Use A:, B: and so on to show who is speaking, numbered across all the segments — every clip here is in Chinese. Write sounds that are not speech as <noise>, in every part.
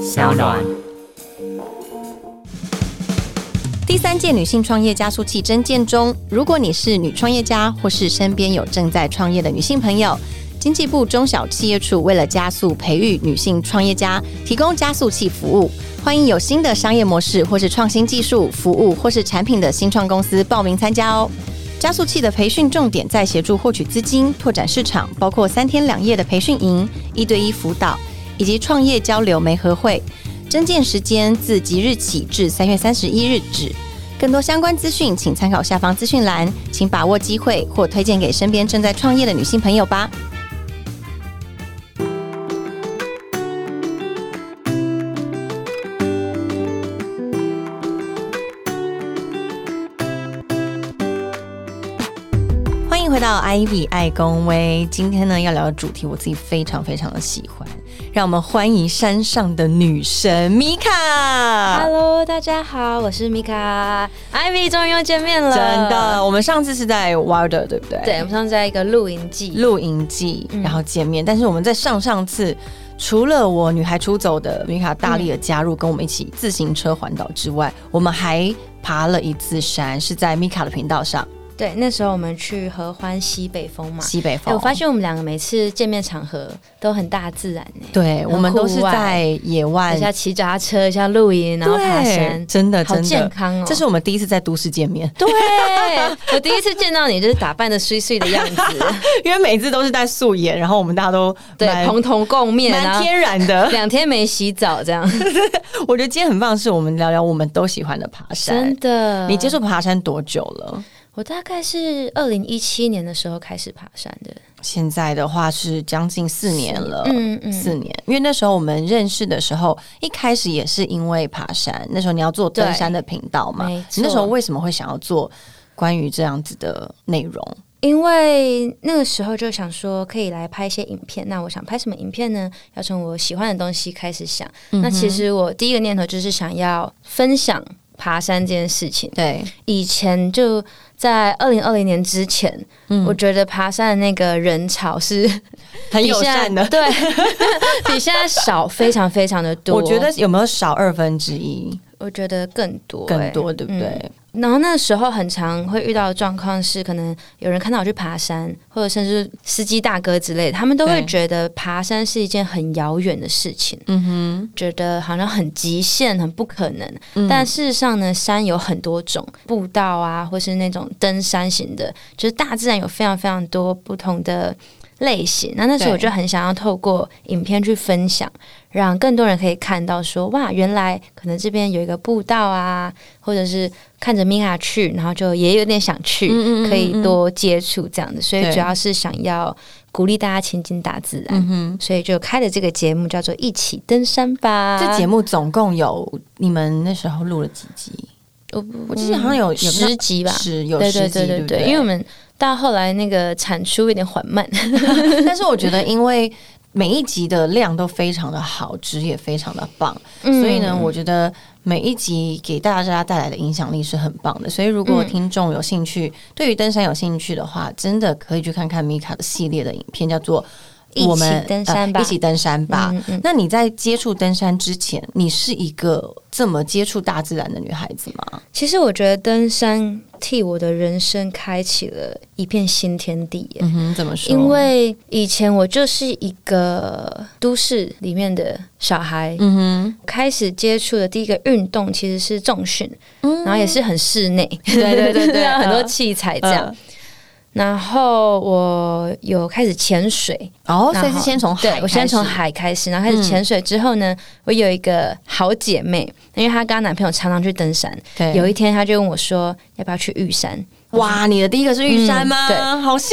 A: 小暖。
B: 第三届女性创业加速器征件中，如果你是女创业家，或是身边有正在创业的女性朋友，经济部中小企业处为了加速培育女性创业家，提供加速器服务，欢迎有新的商业模式或是创新技术、服务或是产品的新创公司报名参加哦。加速器的培训重点在协助获取资金、拓展市场，包括三天两夜的培训营、一对一辅导以及创业交流媒合会。征件时间自即日起至三月三十一日止。更多相关资讯，请参考下方资讯栏，请把握机会或推荐给身边正在创业的女性朋友吧。欢迎回到 Ivy 爱公威，今天呢要聊的主题我自己非常非常的喜欢，让我们欢迎山上的女神米卡。
C: Hello，大家好，我是米卡，Ivy 终于又见面了，
B: 真的，我们上次是在 Wilder 对不对？
C: 对，我们上次在一个露营季，
B: 露营季，
C: 嗯
B: 然后见面。但是我们在上上次，除了我女孩出走的米卡大力的加入，跟我们一起自行车环岛之外，
C: 嗯
B: 我们还爬了一次山，是在米卡的频道上，
C: 对，那时候我们去合欢西北风嘛。
B: 西北
C: 哎、
B: 方。
C: 我发现我们两个每次见面场合都很大自然呢、
B: 对，
C: 很
B: 我们都
C: 户
B: 是
C: 外
B: 在野外
C: 一，下骑脚踏车，一下露营，然后爬
B: 对
C: 山，
B: 真的
C: 好
B: 真
C: 健
B: 的。
C: 康哦。
B: 这是我们第一次在都市见面， <laughs>
C: 对， <laughs> 我第一次见到你就是打扮的碎碎的
B: <laughs>
C: 样子，
B: 因为每次都是在素颜，然后我们大家都
C: 对，啊
B: 蛮
C: 蓬头垢面，然
B: 蛮
C: 后
B: 天然
C: <laughs>
B: 的。
C: 两天没洗澡
B: <laughs>
C: 这样，
B: 我觉得今天很棒，是我们聊聊我们都喜欢的爬山
C: 真。的。
B: 你接触爬山多久了？
C: 我大概是二零一七年的时候开始爬山的，
B: 现在的话是将近四年了，
C: 嗯嗯
B: 四年。因为那时候我们认识的时候，一开始也是因为爬山。那时候你要做登山的频道嘛？
C: 对没错
B: 你那时候为什么会想要做关于这样子的内容？
C: 因为那个时候就想说可以来拍一些影片，那我想拍什么影片呢？要从我喜欢的东西开始想。
B: 嗯
C: 那其实我第一个念头就是想要分享爬山这件事情。
B: 对，
C: 以前就在二零二零年之前，我觉得爬山的那个人潮是
B: 嗯 <laughs> 很
C: 比
B: 友
C: 现在
B: 善的。
C: 对， <laughs> 比现在少非常非常的多。
B: 我觉得有没有少二分之一
C: 我觉得更多、欸
B: 更多，对不对？
C: 然后那时候很常会遇到的状况是，可能有人看到我去爬山，或者甚至司机大哥之类的，他们都会
B: 对
C: 觉得爬山是一件很遥远的事情，嗯哼，觉得好像很极限、很不可能。
B: 嗯
C: 但事实上呢，山有很多种步道啊，或是那种登山型的，就是大自然有非常非常多不同的类型。那那时候
B: 对
C: 我就很想要透过影片去分享，让更多人可以看到说，哇，原来可能这边有一个步道啊，或者是看着米娅去，然后就也有点想去，
B: 嗯嗯嗯
C: 可以多接触这样的。所以
B: 对嗯
C: 主要是想要鼓励大家亲近大自然，所以就开了这个节目，叫做《一起登山吧》。
B: 这节目总共有你们那时候录了几集？
C: 我
B: 我记得好像有有
C: 嗯十集吧。
B: 十有
C: 对
B: 十
C: 对
B: 集，
C: 对
B: 对
C: 对
B: 不对？
C: 因为我们到后来那个产出有点缓
B: <laughs>
C: 慢，
B: 但是我觉得，因为每一集的量都非常的好，值也非常的棒，
C: 嗯
B: 所以呢，我觉得每一集给大家带来的影响力是很棒的。所以，如
C: 嗯
B: 果听众有兴趣，对于登山有兴趣的话，真的可以去看看米卡的系列的影片，叫做。
C: 一起
B: 我们
C: 登山吧
B: 呃一起登山吧。
C: 嗯嗯
B: 那你在接触登山之前，你是一个这么接触大自然的女孩子吗？
C: 其实我觉得登山替我的人生开启了一片新天地耶。
B: 嗯哼，怎么说？
C: 因为以前我就是一个都市里面的小孩，
B: 嗯哼，
C: 开始接触的第一个运动其实是重训，然后也是很室内，
B: 嗯对对
C: <laughs>
B: 对对
C: 要很多
B: 嗯
C: 器材这样。然后我有开始潜水，
B: 哦，所以
C: 然
B: 是
C: 后
B: 先从海
C: 对我先从
B: 开始嗯
C: 海开始，然后开始潜水之后呢，我有一个好姐妹，因为她跟她男朋友常常去登山，
B: 对
C: 有一天她就问我说要不要去玉
B: <laughs>
C: 山，
B: 哇，你的第一个是玉山吗？
C: 嗯对
B: 好羡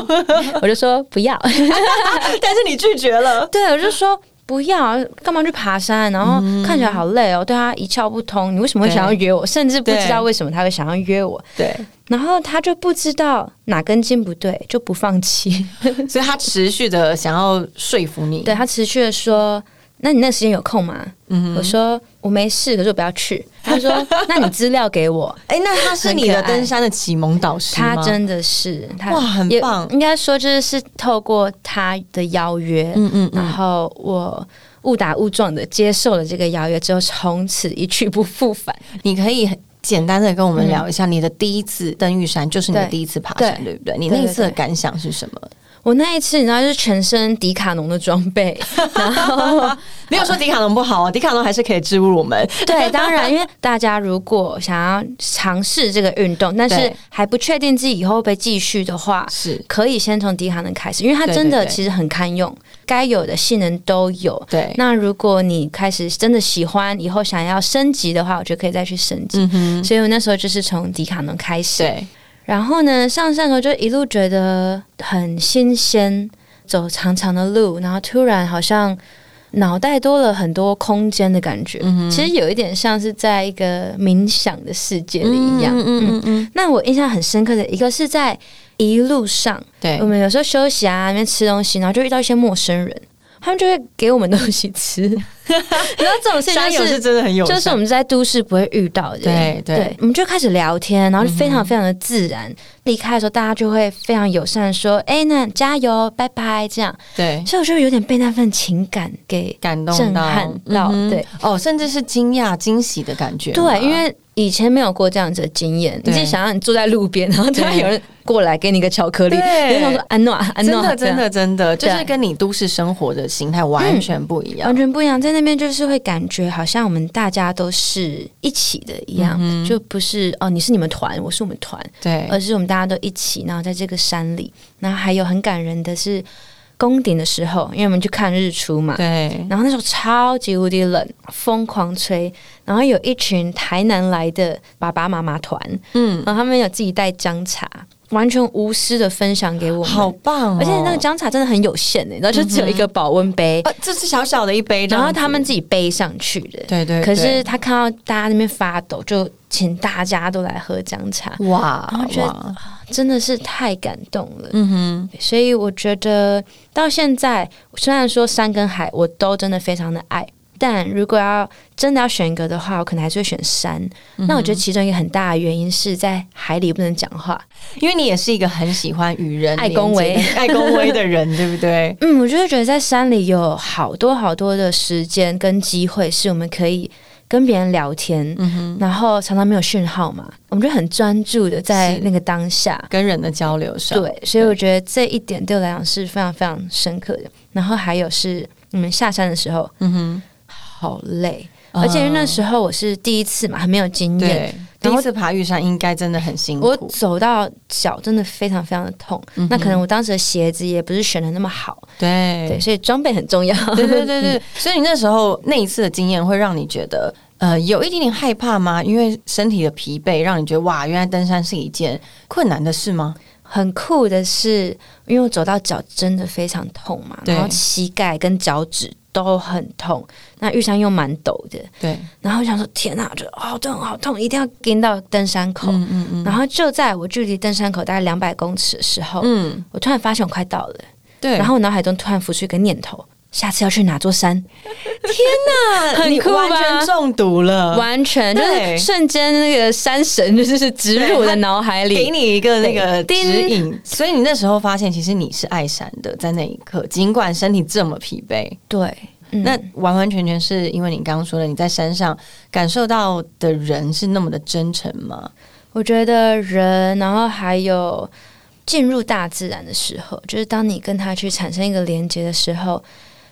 B: <laughs> 慕。
C: 我就说不
B: 啊
C: 要，
B: 但是你拒绝了。
C: 对 <laughs> 我就说。不要，干嘛去爬山？啊然后
B: 嗯
C: 看起来好累哦，对她一窍不通。你为什么会想要约我？甚至不知道为什么她会想要约我。
B: 对，
C: 然后她就不知道哪根筋不对，就不放弃。
B: 所以他持续的想要说服你。
C: 对，他持续的说：“那你那时间有空吗？”
B: 嗯
C: 我说：“我没事，可是我不要
B: <laughs>
C: 去。”他说：“那你资料给我。
B: 哎、那他是你的
C: 很可爱
B: 登山的启蒙导”师吗
C: 他真的是他
B: 哇很
C: 也
B: 棒
C: 应该说就是是透过他的邀约，
B: 嗯嗯
C: 然后我误打误撞的接受了这个邀约之后，从此一去不复返。
B: 你可以很简单的跟我们聊一下你的第一次登玉山，就是你的第一次爬山，嗯对
C: 对
B: 不对？你那一次的
C: 对对对
B: 感想是什么？
C: 我那一次，你知道，就是全身迪卡侬的装
B: <laughs>
C: 备，然后
B: 没有说迪卡侬不好啊，迪卡侬还是可以植入我们。
C: 对，当然，因为大家如果想要尝试这个运动，但是
B: 对
C: 还不确定自己以后会不会继续的话，
B: 是
C: 可以先从迪卡侬开始，因为它
B: 对
C: 真
B: 对
C: 的
B: 对
C: 其实很堪用，该有的性能都有。
B: 对
C: 那如果你开始真的喜欢，以后想要升级的话，我觉得可以再去升级。所以我那时候就是从迪卡侬开始，
B: 嗯对，
C: 然后呢，上山的时候就一路觉得很新鲜，走长长的路，然后突然好像脑袋多了很多空间的感觉。
B: 嗯
C: 其实有一点像是在一个冥想的世界里一样。
B: 嗯嗯嗯嗯，
C: 那我印象很深刻的一个是在一路上，
B: 对
C: 我，们有时候休息啊，那边吃东西，然后就遇到一些陌生人，他们就会给我们东西吃。 <laughs> 然后这种事情
B: 山
C: 就
B: 友
C: 是
B: 是真的很有，
C: 就是我们在都市不会遇到的。
B: 对对嗯
C: 我们就开始聊天，然后就非常非常的自然。离开的时候，大家就会非常友善地说：“哎、那加油，拜拜。”这样，
B: 对
C: 所以我就有点被那份情感给
B: 感动
C: 震
B: 到
C: 撼到
B: 嗯哼
C: 对
B: 哦，甚至是惊讶惊喜的感觉嘛。
C: 对，因为。以前没有过这样子的经验，你
B: 对
C: 自己想让你坐在路边，然后突然有人过来给你个巧克力，
B: 对
C: 你就想说安诺啊安
B: 真
C: 诺啊，
B: 的真
C: 这样
B: 的真的，就
C: 对嗯
B: 是跟你都市生活的形态完全不一样
C: 完。全不一样。在那边就是会感觉好像我们大家都是一起的一样，就不是哦，你是你们团，我是我们团，
B: 嗯对，
C: 而是我们大家都一起，然后在这个山里，然后还有很感人的是宫顶的时候，因为我们去看日出嘛，
B: 对，
C: 然后那时候超级无敌冷，疯狂吹，然后有一群台南来的爸爸妈妈团，
B: 嗯
C: 嗯，然后他们有自己带姜茶，完全无私的分享给我们，
B: 好棒哦！
C: 而且那个姜茶真的很有限欸诶、然后就只有一个保温杯，
B: 呃，这是小小的一杯这样
C: 然
B: 子，
C: 后他们自己背上去的。
B: 对对，对
C: 可是他看到大家那边发抖，就请大家都来喝姜茶，
B: 哇
C: 然后觉得
B: 哇，
C: 真的是太感动了。嗯哼，所以我觉得到现在，虽然说山跟海我都真的非常的爱，但如果要真的要选一个的话，我可能还是会选山。
B: 嗯
C: 那我觉得其中一个很大的原因是在海里不能讲话。
B: 因为你也是一个很喜欢与人
C: 爱
B: 连接
C: 恭维
B: 的爱恭维
C: <laughs>
B: 的人，对不对？
C: 嗯，我就会觉得在山里有好多好多的时间跟机会，是我们可以。跟别人聊天，然后常常没有讯号嘛，我们就很专注的在
B: 是啊
C: 那个当下，
B: 跟人的交流上，
C: 对，所以我觉得这一点对我来讲是非常非常深刻的。然后还有是你们下山的时候，嗯哼，好累，
B: 嗯
C: 而且因为那时候我是第一次嘛，还没有经验。
B: 对，第一次爬玉山应该真的很辛
C: 我
B: 苦，嗯
C: 走到脚真的非常非常的痛，那可能我当时的鞋子也不是选的那么好，对，嗯
B: 对，
C: 所以装备很重要。
B: 对对
C: <laughs>
B: 对对，所以你那时候那一次的经验会让你觉得。呃，有一点点害怕吗？因为身体的疲惫让你觉得哇，原来登山是一件困难的事吗？
C: 很酷的是，因为我走到脚真的非常痛嘛，
B: 对
C: 然后膝盖跟脚趾都很痛，那玉山又蛮陡的，
B: 对，
C: 然后我想说天哪，就好痛好痛，一定要跟到登山口。
B: 嗯嗯嗯，
C: 然后就在我距离登山口大概两百公尺的时候，
B: 嗯，
C: 我突然发现我快到了，
B: 对。
C: 然后我脑海中突然浮出一个念头：下次要去哪座山？
B: 那
C: 很
B: 你
C: 酷吧
B: 完全中毒了，
C: 完全就是
B: 呃对
C: 瞬间那个山神就是植入我的脑海
B: 给
C: 里。
B: 你一个那个
C: 对
B: 指引。所以你那时候发现，其实你是爱山的，在那一刻，尽管身体这么疲惫，
C: 对，嗯
B: 那完完全全是因为你刚刚说的，你在山上感受到的人是那么的真诚吗？
C: 我觉得人，然后还有进入大自然的时候，就是当你跟他去产生一个连接的时候，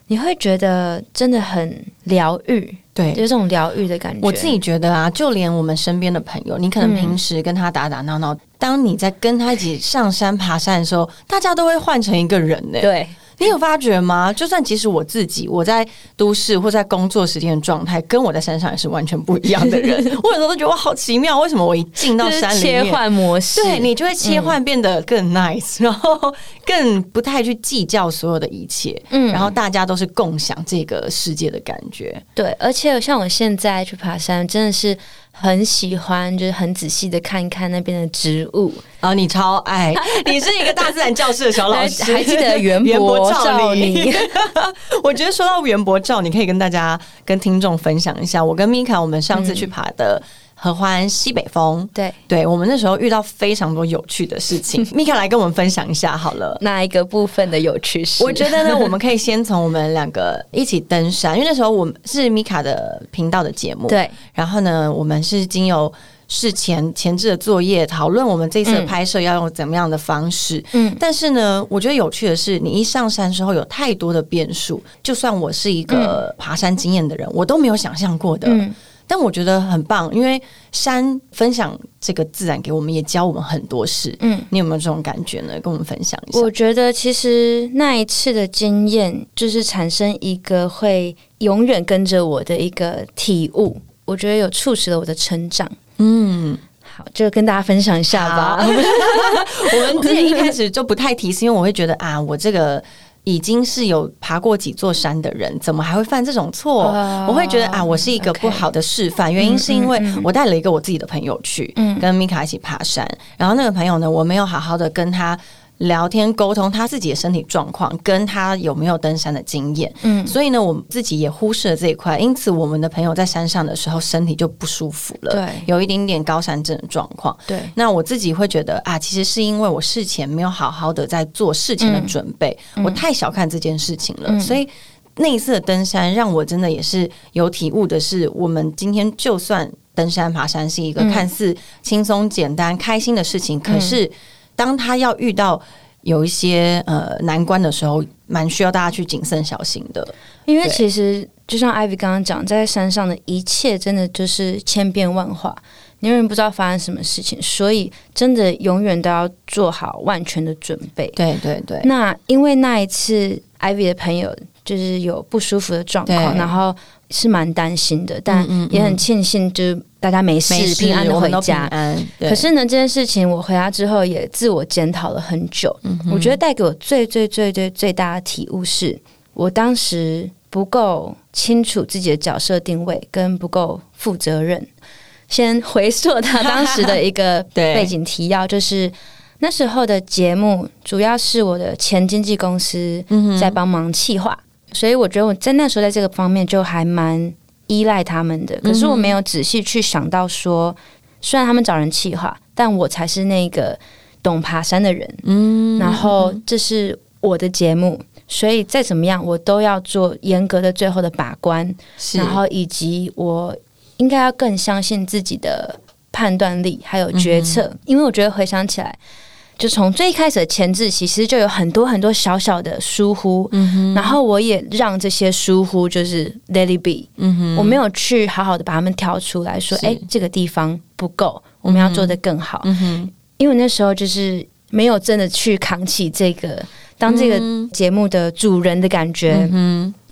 C: 你会觉得真的很疗愈，有
B: 对。
C: 这种疗愈的感觉。
B: 我自己觉得啊，就连我们身边的朋友，你可能
C: 嗯
B: 平时跟他打打闹闹，当你在跟他一起上山爬山的时候，大家都会换成一个人呢、
C: 对
B: 你有发觉吗？就算即使我自己，我在都市或在工作时间的状态，跟我在山上也是完全不一样的
C: <laughs>
B: 人。我有时候都觉得哇，好奇妙，为什么我一进到
C: 就是
B: 山里
C: 切
B: 面，
C: 换模式，
B: 对你就会切换变得更 nice，、然后更不太去计较所有的一切，
C: 嗯
B: 然后大家都是共享这个世界的感觉。
C: 对，而且像我现在去爬山，真的是很喜欢，就是很仔细的看一看那边的植物。
B: 然啊后你超
C: <laughs>
B: 爱，你是一个大自然教室的小老师，
C: 还还记得
B: 袁
C: 袁
B: 博
C: 博
B: 照
C: 照
B: 你
C: 你。
B: <laughs> 我觉得说到袁博照，你可以跟大家、跟听众分享一下，我跟米卡我们上次去爬的。合欢西北风。
C: 嗯对，
B: 对我们那时候遇到非常多有趣的事
C: <laughs>
B: 情，米卡来跟我们分享一下好了。
C: 那一个部分的有趣事？
B: 我觉得呢，我们可以先从我们两个一起登山，因为那时候我们是米卡的频道的节目，。
C: 对
B: 然后呢，我们是经由事前前置的作业讨论，我们这次的
C: 嗯
B: 拍摄要用怎么样的方式。
C: 嗯
B: 但是呢，我觉得有趣的是，你一上山之后有太多的变数，就算我是一个爬山经验的人，我都没有想象过的。
C: 嗯，
B: 但我觉得很棒，因为山分享这个自然给我们，也教我们很多事。
C: 嗯，
B: 你有没有这种感觉呢？跟我们分享一下。
C: 我觉得其实那一次的经验，就是产生一个会永远跟着我的一个体悟，我觉得有促使了我的成长。
B: 嗯，
C: 好，就跟大家分享一下 <laughs> 吧。
B: 我们之前一开始就不太提，是因为我会觉得啊，我这个。已经是有爬过几座山的人，怎么还会犯这种错？
C: 哦
B: 我会觉得啊，我是一个
C: OK
B: 不好的示范。原因是因为我带了一个我自己的朋友去，
C: 嗯
B: 跟米卡一起爬山，然后那个朋友呢，我没有好好的跟他聊天沟通他自己的身体状况，跟他有没有登山的经验。
C: 嗯，
B: 所以呢，我们自己也忽视了这一块，因此我们的朋友在山上的时候身体就不舒服了，
C: 对
B: 有一点点高山症的状况。
C: 对，
B: 那我自己会觉得啊，其实是因为我事前没有好好的在做事前的准备，我太小看这件事情了，
C: 嗯
B: 所以。那一次的登山让我真的也是有体悟的是，我们今天就算登山爬山是一个
C: 嗯
B: 看似轻松简单、开心的事情，可是当他要遇到有一些呃难关的时候，蛮需要大家去谨慎小心的。
C: 因为
B: 对
C: 其实就像艾比刚刚讲，在山上的一切真的就是千变万化，你永远不知道发生什么事情，所以真的永远都要做好万全的准备。
B: 对对对，
C: 那因为那一次艾比的朋友就是有不舒服的状况，
B: 对
C: 然后是蛮担心的，但
B: 嗯嗯
C: 也很庆幸，就是大家没事，
B: 没事
C: 平安的
B: 我
C: 回
B: 们都平
C: 家。
B: 安。对
C: 可是呢，这件事情我回家之后也自我检讨了很久。
B: 嗯
C: 我觉得带给我最最最最最大的体悟是，我当时不够清楚自己的角色定位，跟不够负责任。先回溯到当时的一个
B: 对
C: 背景提要，就是那时候的节目主要是我的前经纪公司在帮忙企划，所以我觉得我在那时候在这个方面就还蛮依赖他们的。可是我没有仔细去想到说，虽然他们找人企划，但我才是那个懂爬山的人。嗯，然后这是我的节目，所以再怎么样我都要做严格的最后的把关，
B: 是
C: 然后以及我应该要更相信自己的判断力还有决
B: 嗯
C: 策，因为我觉得回想起来。就从最一开始的前置期，其实就有很多很多小小的疏忽，
B: 嗯
C: 然后我也让这些疏忽就是 let it be，、我
B: 嗯
C: 没有去好好的把它们挑出来说，
B: 是嗯
C: 哎、这个地方不够，我们要做得更好。因为那时候就是没有真的去扛起这个当这
B: 嗯
C: 个节目的主人的感觉。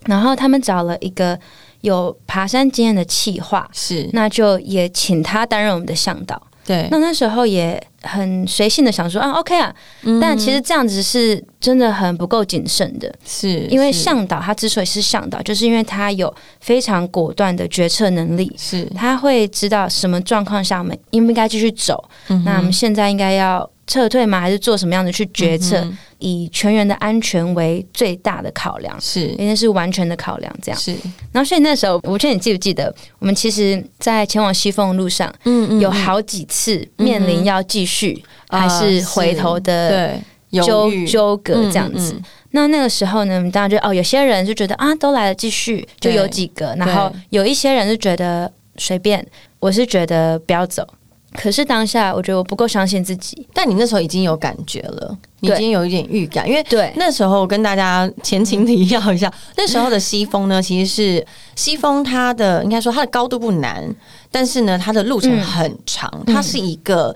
C: 然后他们找了一个有爬山经验的企划，
B: 是，
C: 那就也请他担任我们的向导。
B: 嗯对，
C: 那那时候也很随性的想说啊，OK 啊，
B: 嗯
C: 但其实这样子是真的很不够谨慎的，
B: 是
C: 因为
B: 是
C: 向导他之所以是向导，就是因为他有非常果断的决策能力，
B: 是
C: 他会知道什么状况下我们应不应该继续走，
B: 嗯
C: 那我们现在应该要撤退吗？还是做什么样的去决策？
B: 嗯
C: 以全员的安全为最大的考量，
B: 是
C: 因为是完全的考量这样。
B: 是，
C: 然后所以那时候，我不确定你记不记得，我们其实，在前往西凤路上，
B: 嗯嗯
C: 有好几次面临要继续、
B: 嗯
C: 还是回头的
B: 对犹
C: 纠
B: 豫
C: 纠葛这样子。
B: 嗯嗯嗯
C: 那那个时候呢，我们当然就哦，有些人就觉得啊，都来了，继续就
B: 对
C: 有几个，然后
B: 对
C: 有一些人就觉得随便，我是觉得不要走。可是当下，我觉得我不够相信自己，
B: 但你那时候已经有感觉了，你已
C: 对
B: 经有一点预感，因为
C: 对
B: 那时候跟大家前情提要一下， <laughs> 那时候的西风呢，其实是西风它的应该说它的高度不难，但是呢，它的路程很长，
C: 嗯
B: 它是一个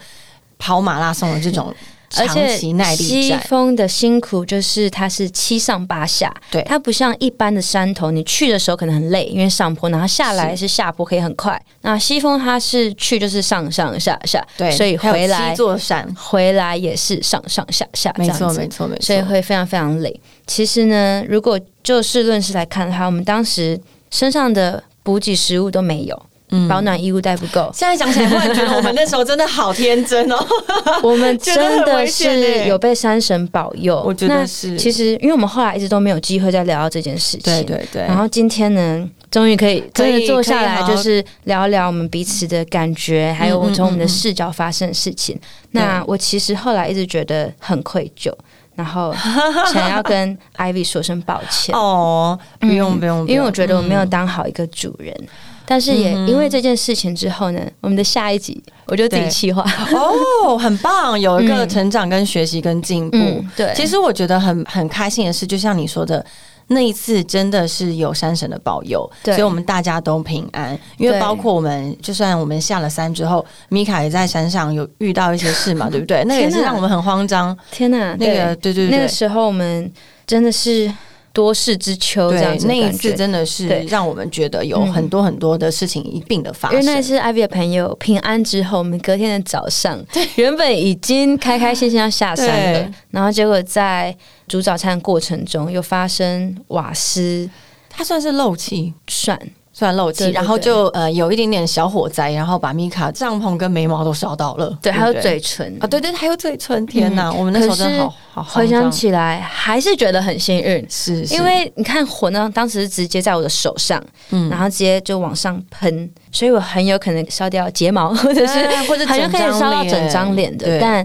B: 跑马拉松的这种长
C: 而且
B: 期耐力
C: 西
B: 战，
C: 风的辛苦就是它是七上八下，
B: 对
C: 它不像一般的山头，你去的时候可能很累，因为上坡，然后下来是下坡可以很快。那西风它是去就是上上下下，
B: 对，
C: 所以
B: 还有
C: 回
B: 七
C: 来
B: 座山，
C: 回来也是上上下下这
B: 没
C: 样
B: 错
C: 子
B: 没。错没错，，
C: 所以会非常非常累。其实呢，如果就事论事来看的话，我们当时身上的补给食物都没有，保暖衣物带不够
B: 嗯现在想起来，忽然觉得我们那时候真的好天真
C: <laughs>
B: 哦。 <laughs>
C: 我们
B: 觉得很
C: 真的
B: 危险
C: 是
B: 欸
C: 有被山神保佑。
B: 我觉得是
C: 那其实因为我们后来一直都没有机会再聊到这件事情，
B: 对对对，
C: 然后今天呢，终于可以
B: 可
C: 真
B: 以
C: 的坐下
B: 可以
C: 来，
B: 好嗯
C: 就是聊聊我们彼此的感觉，还有我从我们的视角发生的事情。那我其实后来一直觉得很愧疚，
B: <laughs>
C: 然后想要跟 Ivy 说声抱歉。
B: 哦，不用不用，不
C: 嗯因为
B: 用
C: 我觉得我没有当好一个主人，但是也
B: 嗯
C: 因为这件事情之后呢，我们的下一集我就自己
B: 对
C: 企划。
B: 哦，很棒，有一个
C: 嗯
B: 成长跟学习跟进步。
C: 嗯，对，
B: 其实我觉得很很开心的是，就像你说的。那一次真的是有山神的保佑，
C: 对
B: 所以我们大家都平安。因为
C: 对
B: 包括我们，就算我们下了山之后，米卡也在山上有遇到一些事 <laughs> 嘛，对不对？那个也是
C: 天哪
B: 让我们很慌张。
C: 天哪，
B: 那个，对对
C: 对那个
B: 对
C: 时候我们真的是多事之秋这样
B: 对，
C: 子
B: 那
C: 的
B: 一
C: 感
B: 次
C: 觉。
B: 真的是
C: 对
B: 让我们觉得有很多很多的事情一并的发
C: 因
B: 生。
C: 为那一次 Ivy 的朋友平安之后，我们隔天的早上，原本已经开开心心要下山了
B: 对，
C: 然后结果在煮早餐的过程中又发生瓦斯
B: 它算是漏气，
C: 涮，
B: 算漏气，
C: 对对
B: 然后就呃有一点点小火灾，然后把米卡帐篷跟眉毛都烧到了，
C: 对，
B: 不
C: 还有嘴唇
B: 啊，对对，还有嘴唇，天
C: 嗯
B: 哪，我们那时候真的好好好
C: 回想
B: 慌张
C: 起来还是觉得很幸运，
B: 是，是
C: 因为你看火呢，当时直接在我的手上，
B: 嗯
C: 然 <laughs> 后直接就往上喷，所以我很有可能烧掉睫毛，或者是
B: 对或者
C: 很有可能烧到整张脸的。但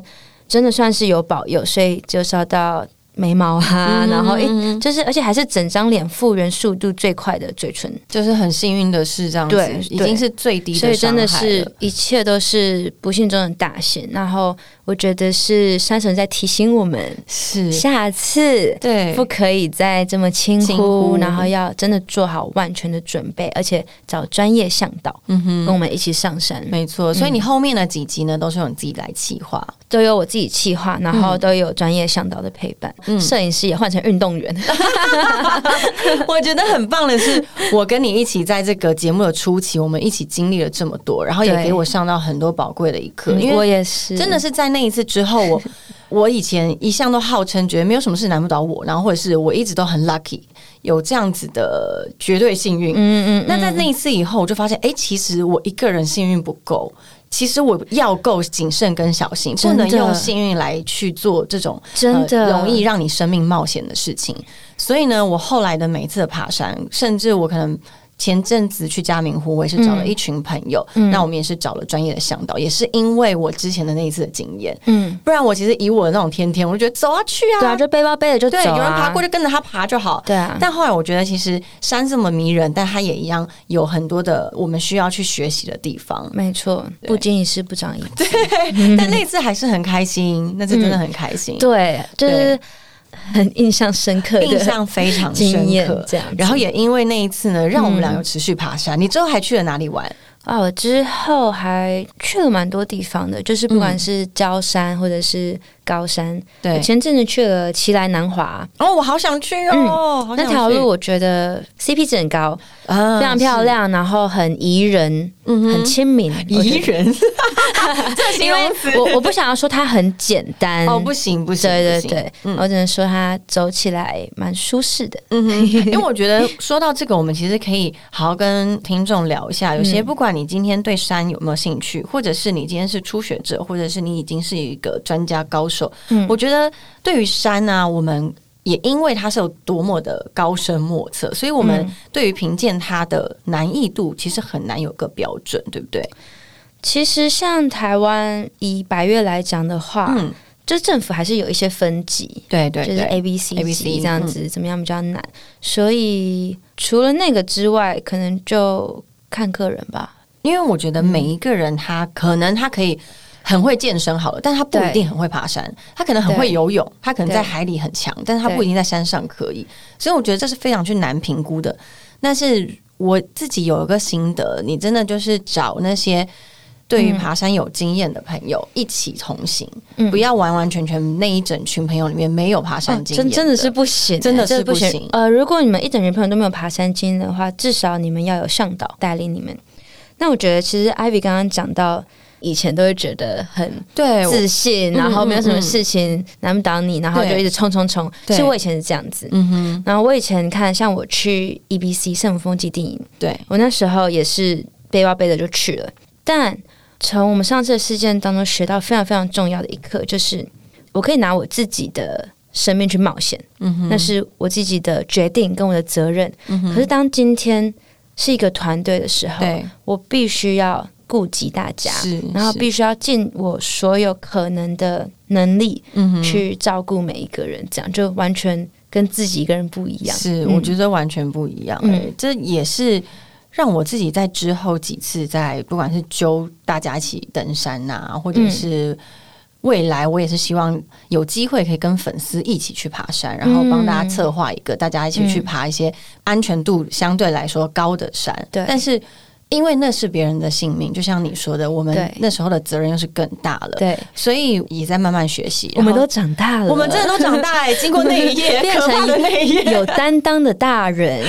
C: 真的算是有保佑，所以就烧到眉毛啊，然后诶、就是而且还是整张脸复原速度最快的嘴唇，
B: 就是很幸运的是这样子
C: 对，
B: 已
C: 对
B: 经是最低的，
C: 所以真的是。一切都是不幸中的大幸。然后我觉得是山神在提醒我们，
B: 是
C: 下次
B: 对
C: 不可以再这么轻
B: 轻
C: 忽
B: 忽，
C: 然后要真的做好万全的准备，而且找专业向导，嗯哼，跟我们一起上山，
B: 没错，
C: 嗯
B: 所以你后面的几集呢，都是由你自己来企划， <laughs>
C: 都有我自己计划，然后
B: 嗯
C: 都有专业向导的陪伴，摄影师也换成运动员，
B: 我觉得很棒的是，我跟你一起在这个节目的初期，我们一起经历了这么多，然后也
C: 对
B: 给我上到很多宝贵的一
C: <laughs>
B: 课。因
C: 我
B: 为
C: 也是，
B: 嗯真的是在那一次之后，
C: <laughs>
B: 我我以前一向都号称觉得没有什么事难不倒我，然后或者是我一直都很 lucky，有这样子的绝对幸运。
C: 嗯，嗯嗯，
B: 那在那一次以后，我就发现，哎、其实我一个人幸运不够。其实我要够谨慎跟小心，不
C: 真的
B: 能用幸运来去做这种
C: 真的
B: 呃、容易让你生命冒险的事情。所以呢，我后来的每一次的爬山，甚至我可能前阵子去嘉明湖，我也是找了一群朋友，
C: 嗯
B: 那我们也是找了专业的向导，也是因为我之前的那一次的经验。
C: 嗯，
B: 不然我其实以我的那种天天，我就觉得走啊去啊，
C: 对啊，就背包背了就走
B: 对，
C: 啊，
B: 有人爬过就跟着他爬就好。
C: 对啊，
B: 但后来我觉得，其实山这么迷人，但它也一样有很多的我们需要去学习的地方。
C: 没错，不经一事不长一智。
B: 但那次还是很开心，那次真的很开心，
C: 嗯 <laughs> 对，就是很印象深刻的
B: 印象非常
C: 经
B: 深
C: 验
B: 刻。
C: 这样子
B: 然后也因为那一次呢，让我
C: 嗯
B: 们俩有持续爬山。你之后还去了哪里玩？
C: 啊，我之后还去了蛮多地方的，就是不管是焦山或者是高山，我
B: 对，
C: 前阵子去了奇莱南华
B: 哦，我好想去哦，好想
C: 嗯那
B: 去
C: 条路，我觉得 CP 值很高，
B: 啊
C: 非常漂，亮，然后很宜人，很亲民，
B: 是
C: 我觉
B: 嗯宜
C: 得。 <laughs>
B: 人。 <laughs>
C: 因为我我不想要说它很简单，
B: 哦，不行不行，
C: 对
B: 不行
C: 对对，我只能说它走起来蛮舒适的。
B: 嗯哼，因为我觉得说到这个，我们其实可以好好跟听众聊一下。有
C: 嗯
B: 些不管你今天对山有没有兴趣，或者是你今天是初学者，或者是你已经是一个专家高手，
C: 嗯
B: 我觉得对于山呢、我们。也因为它是有多么的高深莫测，所以我们对于评鉴它的难易度，其实很难有个标准，对不对？
C: 其实像台湾以百越来讲的话，
B: 嗯
C: 就政府还是有一些分级，
B: 对对
C: 就是
B: 对，
C: A B C
B: ABC
C: 这样子，怎么样比较难？所以除了那个之外，可能就看个人吧。
B: 因为我觉得
C: 嗯
B: 每一个人他可能他可以很会健身好了，但他不一定很会爬山，他可能很会游泳，他可能在海里很强，但是他不一定在山上可以。所以我觉得这是非常去难评估的。但是我自己有一个心得，你真的就是找那些。对于爬山有经验的朋友一起同行，
C: 嗯
B: 不要完完全全那一整群朋友里面没有爬山经验、
C: 哦真真的是不行、
B: 真的是
C: 不
B: 不行
C: 呃，如果你们一整群朋友都没有爬山经验的话，至少你们要有向导带领你们。那我觉得，其实 Ivy 刚刚讲到，以前都会觉得很
B: 对哎我嗯
C: 自信，然后没有什么事情难不倒你，然后就
B: 对
C: 一直冲冲冲。
B: 对
C: 是我以前是这样子，
B: 嗯哼，
C: 然后我以前看，像我去 EBC 圣母峰基地营，
B: 对，
C: 我那时候也是背包背着就去了。但从我们上次的事件当中学到非常非常重要的一课，就是我可以拿我自己的生命去冒险，嗯哼，那是我自己的决定跟我的责任。可是当今天是一个团队的时候
B: 嗯对，
C: 我必须要顾及大家
B: 是，
C: 然后
B: 是
C: 必须要尽我所有可能的能力
B: 嗯哼，
C: 去照顾每一个人，这样就完全跟自己一个人不一样。
B: 是，
C: 嗯
B: 我觉得完全不一样、欸。
C: 嗯
B: 这也是让我自己在之后几次在不管是揪大家一起登山呐、或者
C: 嗯
B: 是未来我也是希望有机会可以跟粉丝一起去爬山，然后帮
C: 嗯
B: 大家策划一个、大家一起去爬一些安全度相对来说高的山。
C: 对
B: 但是。因为那是别人的性命，就像你说的，我们
C: 对
B: 那时候的责任又是更大了，
C: 嗯对，
B: 所以也在慢慢学习。
C: 我们
B: 然
C: 都
B: 后
C: 长大了，
B: 我们真的都长大、欸，经过那一夜，
C: <laughs> 变
B: 可怕的那一夜，
C: 成有担当的大
B: <laughs>
C: 人。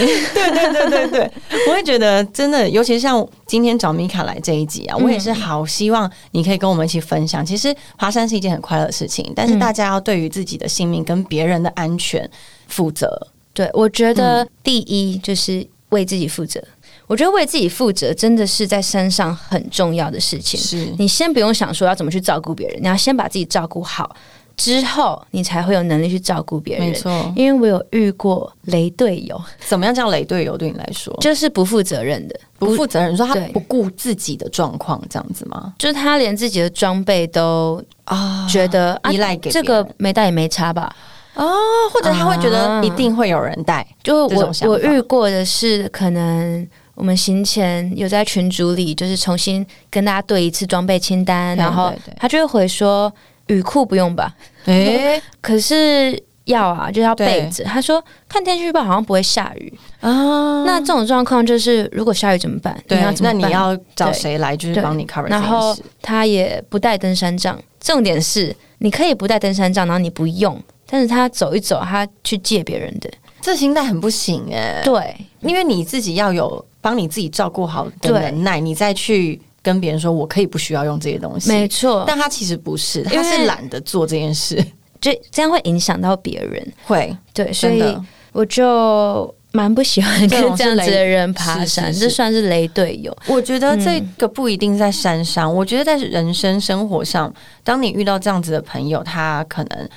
B: 我会觉得真的，尤其是像今天找米卡来这一集啊，我也是好希望你可以跟我们一起分享。其实爬山是一件很快乐的事情，但是大家要对于自己的性命跟别人的安全负责。
C: 对，我觉得
B: 嗯
C: 第一就是为自己负责。我觉得为自己负责真的是在山上很重要的事情。
B: 是
C: 你先不用想说要怎么去照顾别人，你要先把自己照顾好，之后你才会有能力去照顾别
B: 没
C: 人。
B: 错，哦
C: 因为我有遇过雷队友，
B: 怎么样叫雷队友对你来说
C: 就是不负责任的，
B: 不负责任？你说他
C: 对
B: 不顾自己的状况这样子吗？
C: 就是他连自己的装备都
B: 啊
C: 觉得、啊
B: 依赖给
C: 这
B: 别人
C: 个没带也没差吧。
B: 啊，或者他会觉得
C: 啊
B: 一定会有人带，
C: 就
B: 这
C: 我
B: 种想法
C: 我遇过的是，可能我们行前有在群组里，就是重新跟大家对一次装备清单，
B: 对
C: 然后
B: 对对
C: 他就会回说雨裤不用吧，
B: 哎、
C: 可是要啊，就要备
B: 对
C: 着。他说看天气预报好像不会下雨，
B: 啊，
C: 那这种状况就是如果下雨怎么办？
B: 对
C: 你要，怎
B: 那
C: 么
B: 你
C: 办？
B: 要找
C: 对
B: 谁来就是
C: 对
B: 帮你 cover 这
C: 然
B: 件
C: 后
B: 事？
C: 他也不带登山杖，重点是你可以不带登山杖，然后你不用，但是他走一走，他去借别人的，
B: 这心态很不行哎、
C: 对。
B: 因为你自己要有帮你自己照顾好的能耐，你再去跟别人说我可以不需要用这些东西。
C: 没错，
B: 但他其实不是，
C: 因
B: 他
C: 为
B: 是懒得做这件事。
C: 就这样会影响到别人，
B: <laughs> 会，
C: 对，所
B: 真
C: 以
B: 的
C: 我就蛮不喜欢 <laughs>
B: 这
C: 跟
B: 种是
C: 这样
B: 雷
C: 子的人爬山，
B: 是是是
C: 这算是雷队友。
B: 我觉得这个不一定在山上，
C: 嗯
B: 我觉得在人生生活上，当你遇到这样子的朋友，他可能。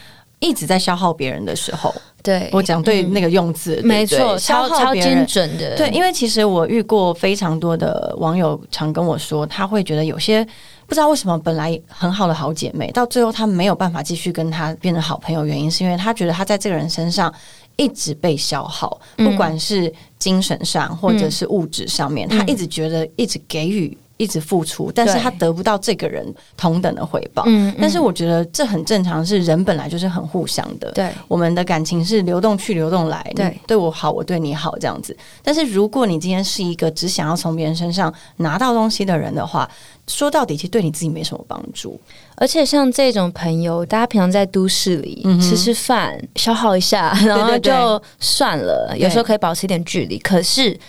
B: 一直在消耗别人的时候，
C: 对，
B: 我讲对那个用字，对
C: 没
B: 不对
C: 错，
B: 消
C: 超
B: 耗
C: 超
B: 别人
C: 精准的，
B: 对，因为其实我遇过非常多的网友常跟我说，他会觉得有些不知道为什么本来很好的好姐妹，到最后她没有办法继续跟她变成好朋友，原因是因为她觉得她在这个人身上一直被消耗，
C: 嗯
B: 不管是精神上或者是物质上面，
C: 嗯
B: 她一直觉得一直给予。一直付出，但是
C: 对
B: 她得不到这个人同等的回报。
C: 嗯，嗯
B: 但是我觉得这很正常，是人本来就是很互相的。
C: 嗯对
B: 我们的感情是流动去流动来，
C: 对
B: 你对我好，我对你好这样子。但是如果你今天是一个只想要从别人身上拿到东西的人的话，说到底其实对你自己没什么帮助。
C: 而且像这种朋友，大家平常在都市里、
B: 嗯哼
C: 吃吃饭，消耗一下，然后
B: 对对
C: 就算了。有时候可以保持一点距离。可是，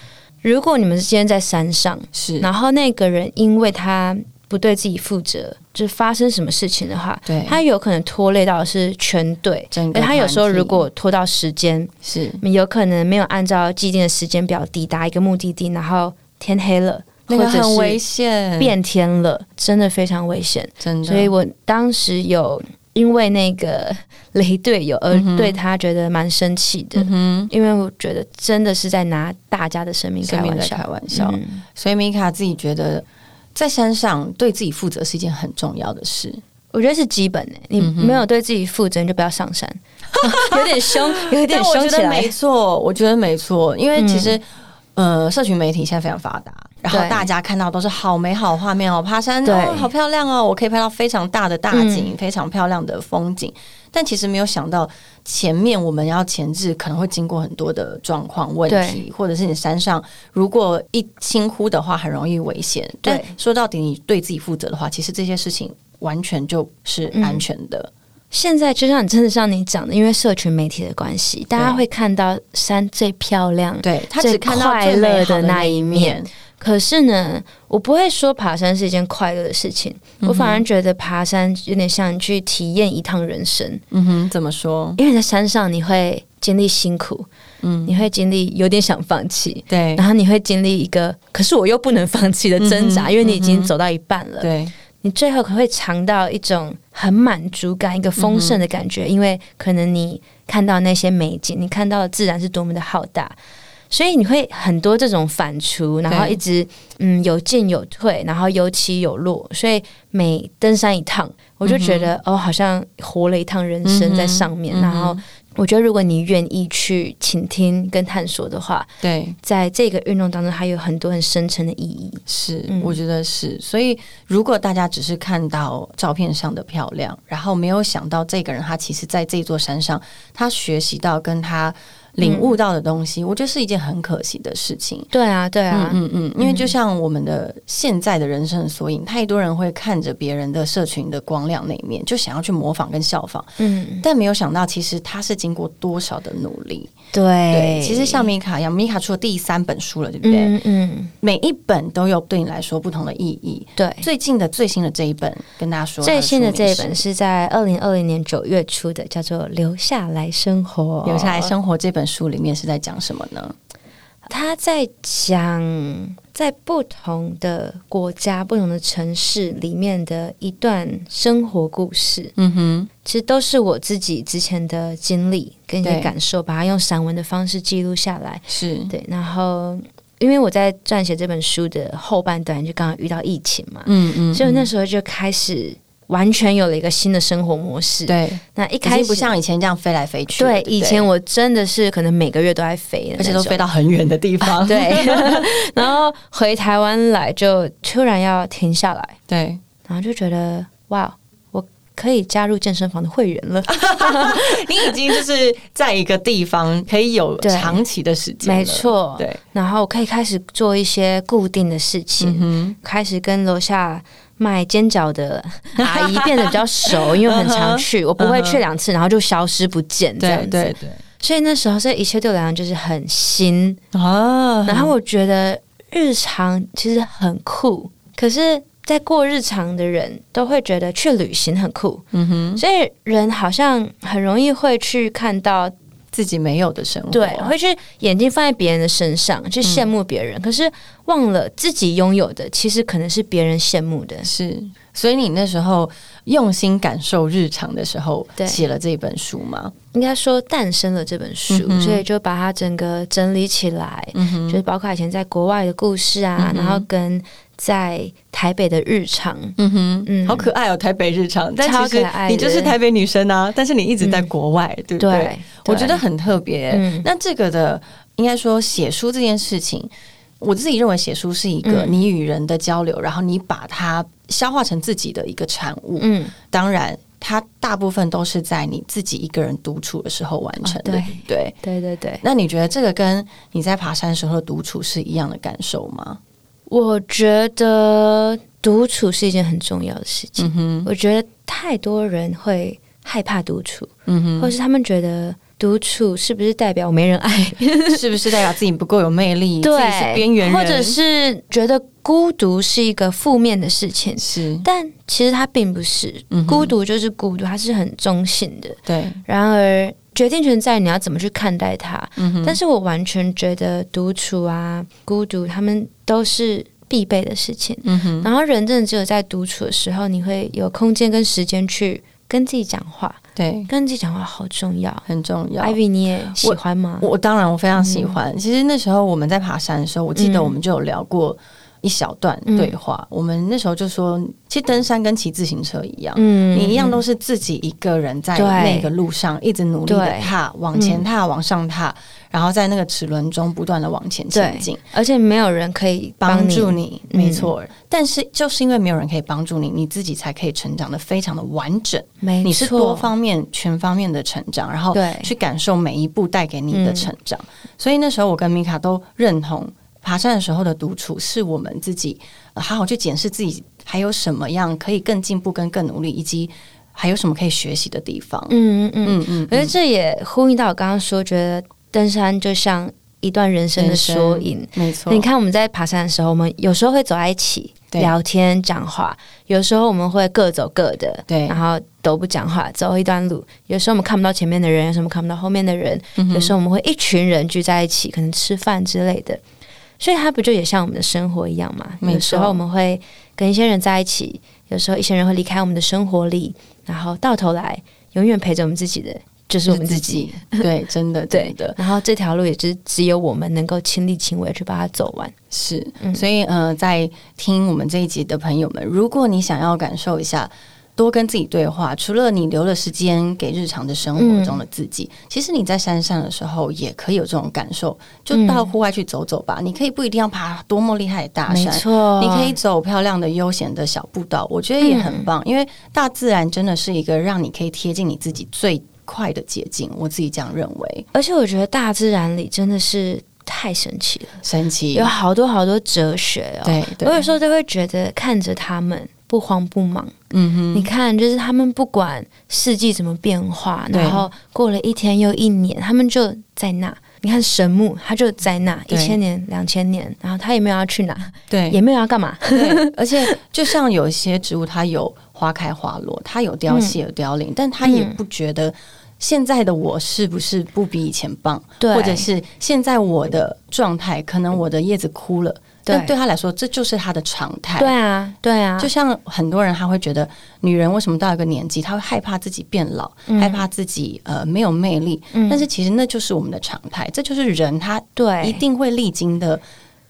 C: 如果你们是今天在山上，
B: 是
C: 然后那个人因为他不对自己负责，就是发生什么事情的话，
B: 对
C: 他有可能拖累到的是全队。
B: 整个
C: 而他有时候
B: 团体
C: 如果拖到时间，
B: 是
C: 有可能没有按照既定的时间表抵达一个目的地，然后天黑了，
B: 那个
C: 或者
B: 很
C: 是
B: 危险，
C: 变天了，真的非常危险。
B: 真的，
C: 所以我当时有因为那个 <laughs> 雷队友
B: 嗯
C: 而对他觉得蛮生气的，因为我觉得真的是在拿大家的生命开
B: 生命
C: 玩
B: 在
C: 笑
B: 开。玩笑。
C: 嗯
B: 所以米卡自己觉得。在山上对自己负责是一件很重要的事，
C: 我觉得是基本的、欸你
B: 嗯
C: 没有对自己负责，你就不要上山，
B: <laughs>
C: 有点凶，有点
B: 但我
C: 凶
B: 觉
C: 起
B: 得
C: 来
B: 没。错，我觉得没错，因为其实、呃，社群媒体现在非常发达，然后
C: 嗯对
B: 大家看到都是好美好的画面哦，爬山
C: 对嗯
B: 哦，好漂亮哦，我可以拍到非常大的大景，非常漂亮的风景。但其实没有想到，前面我们要前置可能会经过很多的状况问题，或者是你山上如果一轻忽的话，很容易危险。但
C: 对
B: 说到底，你对自己负责的话，其实这些事情完全就是
C: 嗯
B: 安全的。
C: 现在就像你真的像你讲的，因为社群媒体的关系，大家
B: 对
C: 会看到山最漂亮，
B: 对他只
C: 最
B: 看到
C: 快
B: 最美
C: 乐
B: 好
C: 的那
B: 那
C: 一面
B: 面，
C: 可是呢，我不会说爬山是一件快乐的事情，我反而觉得爬山有点像你去体验一趟人生，
B: 嗯哼，怎么说？
C: 因为你在山上你会经历辛苦，
B: 嗯
C: 嗯，你会经历有点想放弃，
B: 对
C: 然后你会经历一个可是我又不能放弃的挣扎，因为你已经走到一半了，
B: 对。
C: 你最后可能会尝到一种很满足感、一个丰盛的
B: 嗯
C: 感觉，因为可能你看到那些美景，你看到的自然是多么的浩大。所以你会很多这种反刍，然后一直嗯有进有退，然后有起有落，所以每登山一趟，我就觉得、哦，好像活了一趟人生在上面，
B: 嗯嗯哼
C: 然后。我觉得，如果你愿意去倾听跟探索的话，
B: 对，
C: 在这个运动当中，还有很多很深层的意义。
B: 是，
C: 嗯
B: 我觉得是。所以，如果大家只是看到照片上的漂亮，然后没有想到这个人他其实在这座山上，他学习到跟他领悟到的东西，我觉得是一件很可惜的事情。
C: 对啊，对啊，
B: 嗯嗯嗯，因为就像我们的现在的人生的缩影，太多人会看着别人的社群的光亮那一面，就想要去模仿跟效仿，
C: 嗯，
B: 但没有想到其实他是经过多少的努力。
C: 对
B: 对，其实像米卡一样，米卡出了第三本书了，对不对？
C: 嗯嗯，
B: 每一本都有对你来说不同的意义。
C: 对。
B: 最近的最新的这一本，跟大家说，
C: 最新的这一
B: 它
C: 本
B: 书
C: 是在二零二零年九月出的，叫做《留下来生活》。
B: 名是《留下来，生活》这本书里面是在讲什么呢？
C: 他在讲在不同的国家、不同的城市里面的一段生活故事。
B: 嗯哼，
C: 其实都是我自己之前的经历跟一些
B: 对
C: 感受，把它用散文的方式记录下来。
B: 是
C: 对，然后因为我在撰写这本书的后半段，就刚好遇到疫情嘛，
B: 嗯嗯
C: 所以我那时候就开始完全有了一个新的生活模式。，
B: 对，
C: 那一
B: 已
C: 开
B: 经
C: 始
B: 不像以前这样飞来飞去了。
C: 对
B: 不
C: 以前我真的是可能每个月都在飞的那种，
B: 而且都飞到很远的地 <laughs> 方。
C: 对， <laughs> 然后回台湾来就突然要停下来，
B: 对，
C: 然后就觉得哇，我可以加入健身房的会员了。
B: 啊
C: <laughs>
B: 你已经就是在一个地方可以有
C: 对
B: 长期的时间了，
C: 没错，
B: 对，
C: 然后我可以开始做一些固定的事情，
B: 嗯
C: 开始跟楼下卖煎
B: <laughs>
C: 饺的阿姨变得比较熟，因为我很
B: 嗯
C: 常去，我不会去两次，然后就消失不见这样
B: 对
C: 子。
B: 对对
C: 所以那时候这一切对我来讲就是很新，
B: 啊
C: 然后我觉得日常其实很酷，可是。在过日常的人都会觉得去旅行很酷，
B: 嗯哼，
C: 所以人好像很容易会去看到
B: 自己没有的生活，
C: 对，会去眼睛放在别人的身上，去羡慕别人，可是忘了自己拥有的，其实可能是别人羡慕的。
B: 是。所以你那时候用心感受日常的时候，
C: 对
B: 写了这本书吗？
C: 应该说诞生了这本书，所以就把它整个整理起来，就是包括以前在国外的故事啊，然后跟在台北的日常，嗯哼，嗯
B: 好可爱哦，台北日常。但
C: 超
B: 其实
C: 可爱的嗯
B: 你就是台北女生啊，但是你一直在国外，对不
C: 对，
B: 对？我
C: 对
B: 觉得很特别。
C: 嗯
B: 那这个的，应该说写书这件事情，我自己认为写书是一个
C: 嗯
B: 你与人的交流，然后你把它消化成自己的一个产物。
C: 嗯，
B: 当然，它大部分都是在你自己一个人独处的时候完成的，
C: 哦
B: 对
C: 对
B: 不对？
C: 对对对，
B: 那你觉得这个跟你在爬山时候的独处是一样的感受吗？
C: 我觉得独处是一件很重要的事
B: 嗯
C: 情。我觉得太多人会害怕独处，
B: 嗯
C: 或是他们觉得独处是不是代表我没人爱？
B: <laughs> 是不是代表自己不够有魅力，自己是
C: <laughs> 对，
B: 边缘人，
C: 或者是觉得孤独是一个负面的事情。
B: 是
C: 但其实它并不是，
B: 嗯
C: 孤独就是孤独，它是很中性的。
B: 对，
C: 然而，决定权在于你要怎么去看待它。
B: 嗯
C: 但是我完全觉得独处啊、孤独，他们都是必备的事情。
B: 嗯哼。
C: 然后，人真的只有在独处的时候，你会有空间跟时间去跟自己讲话，
B: 对，
C: 跟自己讲话好重要。
B: 很重要。
C: Ivy，你嗯也喜欢吗？
B: 我当然我非常喜欢。其实那时候我们在爬山的时候，我记
C: 嗯
B: 得我们就有聊过一小段对话。我们那时候就说，其实登山跟骑自行车一样。
C: 嗯
B: 你一样都
C: 是
B: 是自己一个人在
C: 对
B: 那个路上一直努力的
C: 对嗯
B: 踏，往前踏，往上踏，然后在那个齿轮中不断的往前前
C: 对
B: 进，，
C: 而且没有人可以
B: 帮
C: 帮
B: 助
C: 你。
B: 你，
C: 嗯
B: 没错。但是就是因为没有人可以帮助你，你自己才可以成长的非常的完整。
C: 没错，
B: 你是多方面、全方面的成长，然后
C: 对
B: 去感受每一步带给你的成长。所以那时候我跟米卡都认同，爬山的时候的独处是我们自己、呃好好去检视自己还有什么样可以更进步、跟更努力，以及还有什么可以学习的地方。
C: 嗯嗯嗯。
B: 嗯嗯，
C: 可是这也呼应到我刚刚说，觉得登山就像一段人生的缩影。
B: 没错。
C: 你，看，我们在爬山的时候，我们有时候会走在一起
B: 对
C: 聊天讲话，有时候我们会各走各的，
B: 对
C: 然后都不讲话，走一段路。有时候我们看不到前面的人，有时候我们看不到后面的人，有时候我们会一群人聚在一起，可能吃饭之类的。所以它不就也像我们的生活一样嘛？
B: 没错
C: 有时候我们会跟一些人在一起，有时候一些人会离开我们的生活里，然后到头来永远陪着我们自己的就是我们自己。
B: 对，真的，
C: 对
B: 真的
C: 然后这条路也只只有我们能够亲力亲为去把它走完。
B: 是。
C: 嗯
B: 所以呃，在听我们这一集的朋友们，如果你想要感受一下。多跟自己对话，除了你留了时间给日常的生活中的自己，
C: 嗯
B: 其实你在山上的时候也可以有这种感受。
C: 嗯
B: 就到户外去走走吧，你可以不一定要爬多么厉害的大
C: 没
B: 山，
C: 错，
B: 你可以走漂亮的、悠闲的小步道，我觉得也很
C: 嗯
B: 棒，因为大自然真的是一个让你可以贴近你自己最快的捷径，我自己这样认为。
C: 而且我觉得大自然里真的是太神奇了，
B: 神奇
C: 有，好多好多哲学哦。
B: 对
C: 我有
B: 对，
C: 时候就会觉得看着他们不慌不忙，
B: 嗯
C: 你看，就是他们不管四季怎么变化，
B: 对
C: 然后过了一天又一年，他们就在那。你看神木，他就在那一
B: 对
C: 千年、两千年，然后他也没有要去哪，
B: 哼，对，
C: 也没有要
B: <laughs>
C: 干嘛。
B: 对，而且就像有一些植物，它有花开花落，它有凋谢有凋零，但它也不觉得现在的我是不是不比以前棒，
C: 对
B: 或者是现在我的状态，可能我的叶子枯了，
C: 对
B: 但对他来说，这就是他的常态。
C: 对啊，对啊，
B: 就像很多人他会觉得女人为什么到一个年纪，她会害怕自己变老，害怕自己呃没有魅力，
C: 嗯
B: 但是其实那就是我们的常态，这就是人他
C: 对，
B: 一定会历经的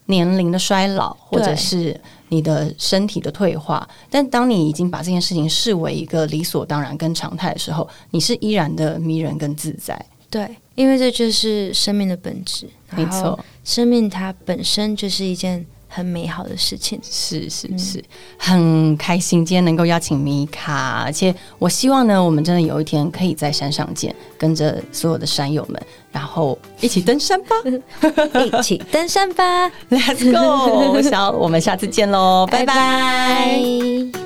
B: 年龄的衰老，或者是你的身体的退化。但当你已经把这件事情视为一个理所当然跟常态的时候，你是依然的迷人跟自在。
C: 对，因为这就是生命的本质。
B: 没，错，
C: 生命它本身就是一件很美好的事情。 <laughs>
B: 是是是，很开心今天能够邀请米卡，而且我希望呢，我们真的有一天可以在山上见，跟着所有的山友们，然后一起登山吧
C: 一起登山吧，
B: ，Let's go！我想我们下次见喽，拜拜。
C: 拜